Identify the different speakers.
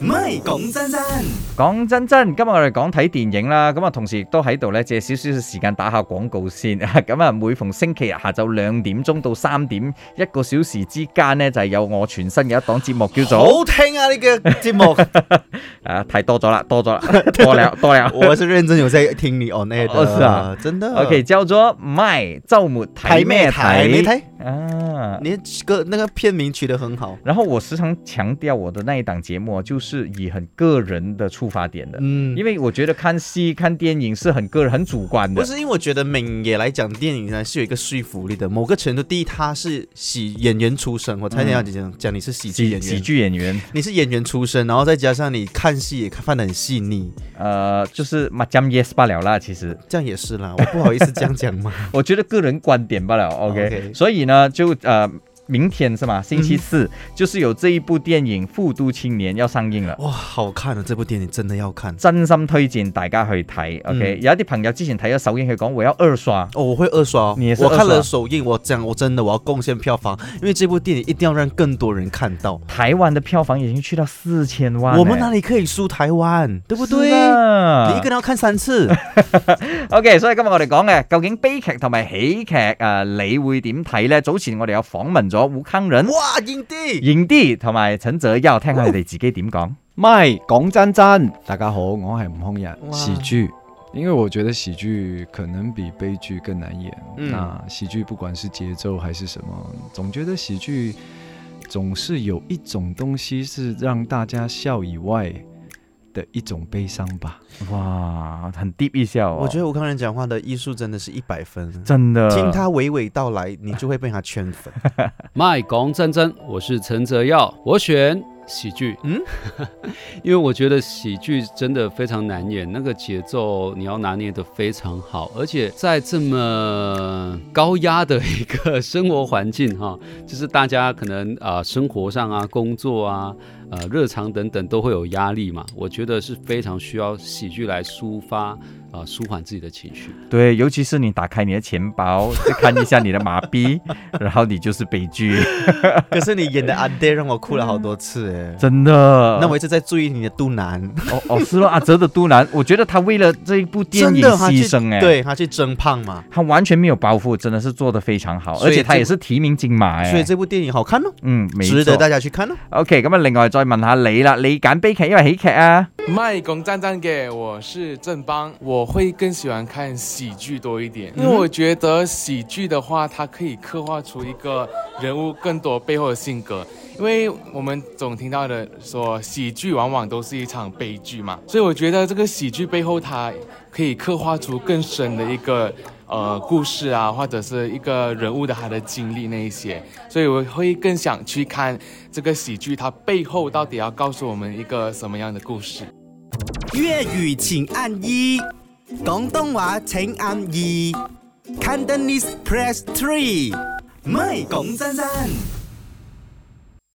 Speaker 1: 唔系讲真真，
Speaker 2: 講真真，今日我哋講睇電影啦，咁啊，同時亦都喺度咧借少少時間打下廣告先 咁啊，每逢星期日下晝兩點鐘到三點一個小時之間呢，就係、有我全新嘅一檔節目叫做
Speaker 3: 好听啊！呢个节目，
Speaker 2: 啊，太多咗啦，多咗啦，多了多 了。
Speaker 3: 我是认真有在听你 on air 的，
Speaker 2: 哦是啊
Speaker 3: 真的。
Speaker 2: OK，叫做唔係週末睇
Speaker 3: 台妹
Speaker 2: 咩
Speaker 3: 台没
Speaker 2: 睇
Speaker 3: 台？
Speaker 2: 啊？
Speaker 3: 你个那个片名取得很好，
Speaker 2: 然後我時常強調我的那一檔節目啊，就是以很個人的出發點的，
Speaker 3: 嗯
Speaker 2: 因，為我覺得看戲、看電影是很個人、很主觀
Speaker 3: 不
Speaker 2: 的。
Speaker 3: 是因为我觉得敏也来讲电影呢是有一个说服力的，某个程度，第一他是喜演员出身，我差点要讲讲你是喜剧
Speaker 2: 喜
Speaker 3: 演
Speaker 2: 嗯喜
Speaker 3: 员。
Speaker 2: 剧演员，
Speaker 3: 你是演员出身，然后再加上你看戏也看得很细腻，
Speaker 2: 呃，就是麻将 yes 罢了啦。其 实
Speaker 3: 这样也是 啦。我不好意思这样讲嘛。
Speaker 2: 我觉得个人观点罢了。OK，,
Speaker 3: 哦 OK 嗯
Speaker 2: 所以呢，就呃，明天是吗？星期四、就是有这一部电影《复都青年》要上映了。
Speaker 3: 哇，好看啊！这部电影真的要看
Speaker 2: 真心推薦大家去睇，OK、有一啲朋友之前睇咗首映，佢講我有二刷，
Speaker 3: 嗯哦！我会二刷哦，
Speaker 2: 你也是
Speaker 3: 我
Speaker 2: 二
Speaker 3: 看
Speaker 2: 刷
Speaker 3: 了首映，我讲我真的我要贡献票房，因为这部电影一定要让更多人看到。
Speaker 2: 台灣的票房已經去到四千萬欸，
Speaker 3: 我们哪里可以输台湾？对不对？
Speaker 2: 是的
Speaker 3: 你一个人要看三 次，
Speaker 2: 啊 OK，所以今日我哋講嘅究竟悲劇同埋喜劇啊，呃你會點睇呢？早前我哋有訪問咗武康人、
Speaker 3: 哇，影帝！
Speaker 2: 影帝同埋陳澤優，聽下佢哋自己點講。
Speaker 4: 咪講真真，大家好，我係吳空人。
Speaker 3: 哇
Speaker 4: 喜劇，因為我覺得喜劇可能比悲劇更難演。
Speaker 3: 嗯
Speaker 4: 那喜劇不管是節奏還是什麼，总觉得喜劇总是有一种东西是让大家笑以外的一种悲伤吧。
Speaker 2: 哇，很 deep 一下哦。
Speaker 3: 我觉得吴康仁讲话的艺术真的是一百分，
Speaker 2: 真的
Speaker 3: 听他娓娓道来，你就会被他圈 粉。
Speaker 5: 麦讲真真，我是陈泽耀，我选喜剧。
Speaker 3: 嗯
Speaker 5: 嗯， 因为我觉得喜剧真的非常难演，那个节奏你要拿捏得非常好，而且在这么高压的一个生活环境 哈、就是大家可能啊、呃生活上啊、工作啊、呃日常等等都会有压力嘛，我觉得是非常需要喜剧来抒发啊、呃舒缓自己的情绪。
Speaker 2: 对，尤其是你打开你的钱包，再看一下你的马 币，然后你就是悲剧，
Speaker 3: 可是你演的阿爹让我哭了好多次哎。
Speaker 2: 真的。
Speaker 3: 那我一直在注意你的肚腩，
Speaker 2: 哦哦，斯洛阿哲的都兰，我觉得他为了这一部电
Speaker 3: 真
Speaker 2: 影
Speaker 3: 的他去
Speaker 2: 牺牲哎，，
Speaker 3: 对他去增胖嘛，
Speaker 2: 他完全没有包袱，真的是做得非常好，
Speaker 3: 所以
Speaker 2: 而且他
Speaker 3: 这
Speaker 2: 也是提名金马哎，
Speaker 3: 所以这部电影好看哦，
Speaker 2: 嗯，没
Speaker 3: 值得
Speaker 2: 错
Speaker 3: 大。家去看哦。
Speaker 2: OK，咁啊，另外再問下你啦，你揀悲劇因為喜劇啊？
Speaker 6: 麦公赞赞给我是正邦，我会更喜欢看喜剧多一点，因为我觉得喜剧的话，它可以刻画出一个人物更多背后的性格。因为我们总听到的说，喜剧往往都是一场悲剧嘛，所以我觉得这个喜剧背后，它可以刻画出更深的一个呃故事啊，或者是一个人物的他的经历那一些，所以我会更想去看这个喜剧，它背后到底要告诉我们一个什么样的故事。
Speaker 1: 粤语请按一，广东话请按二，Cantonese press three。唔系讲真真。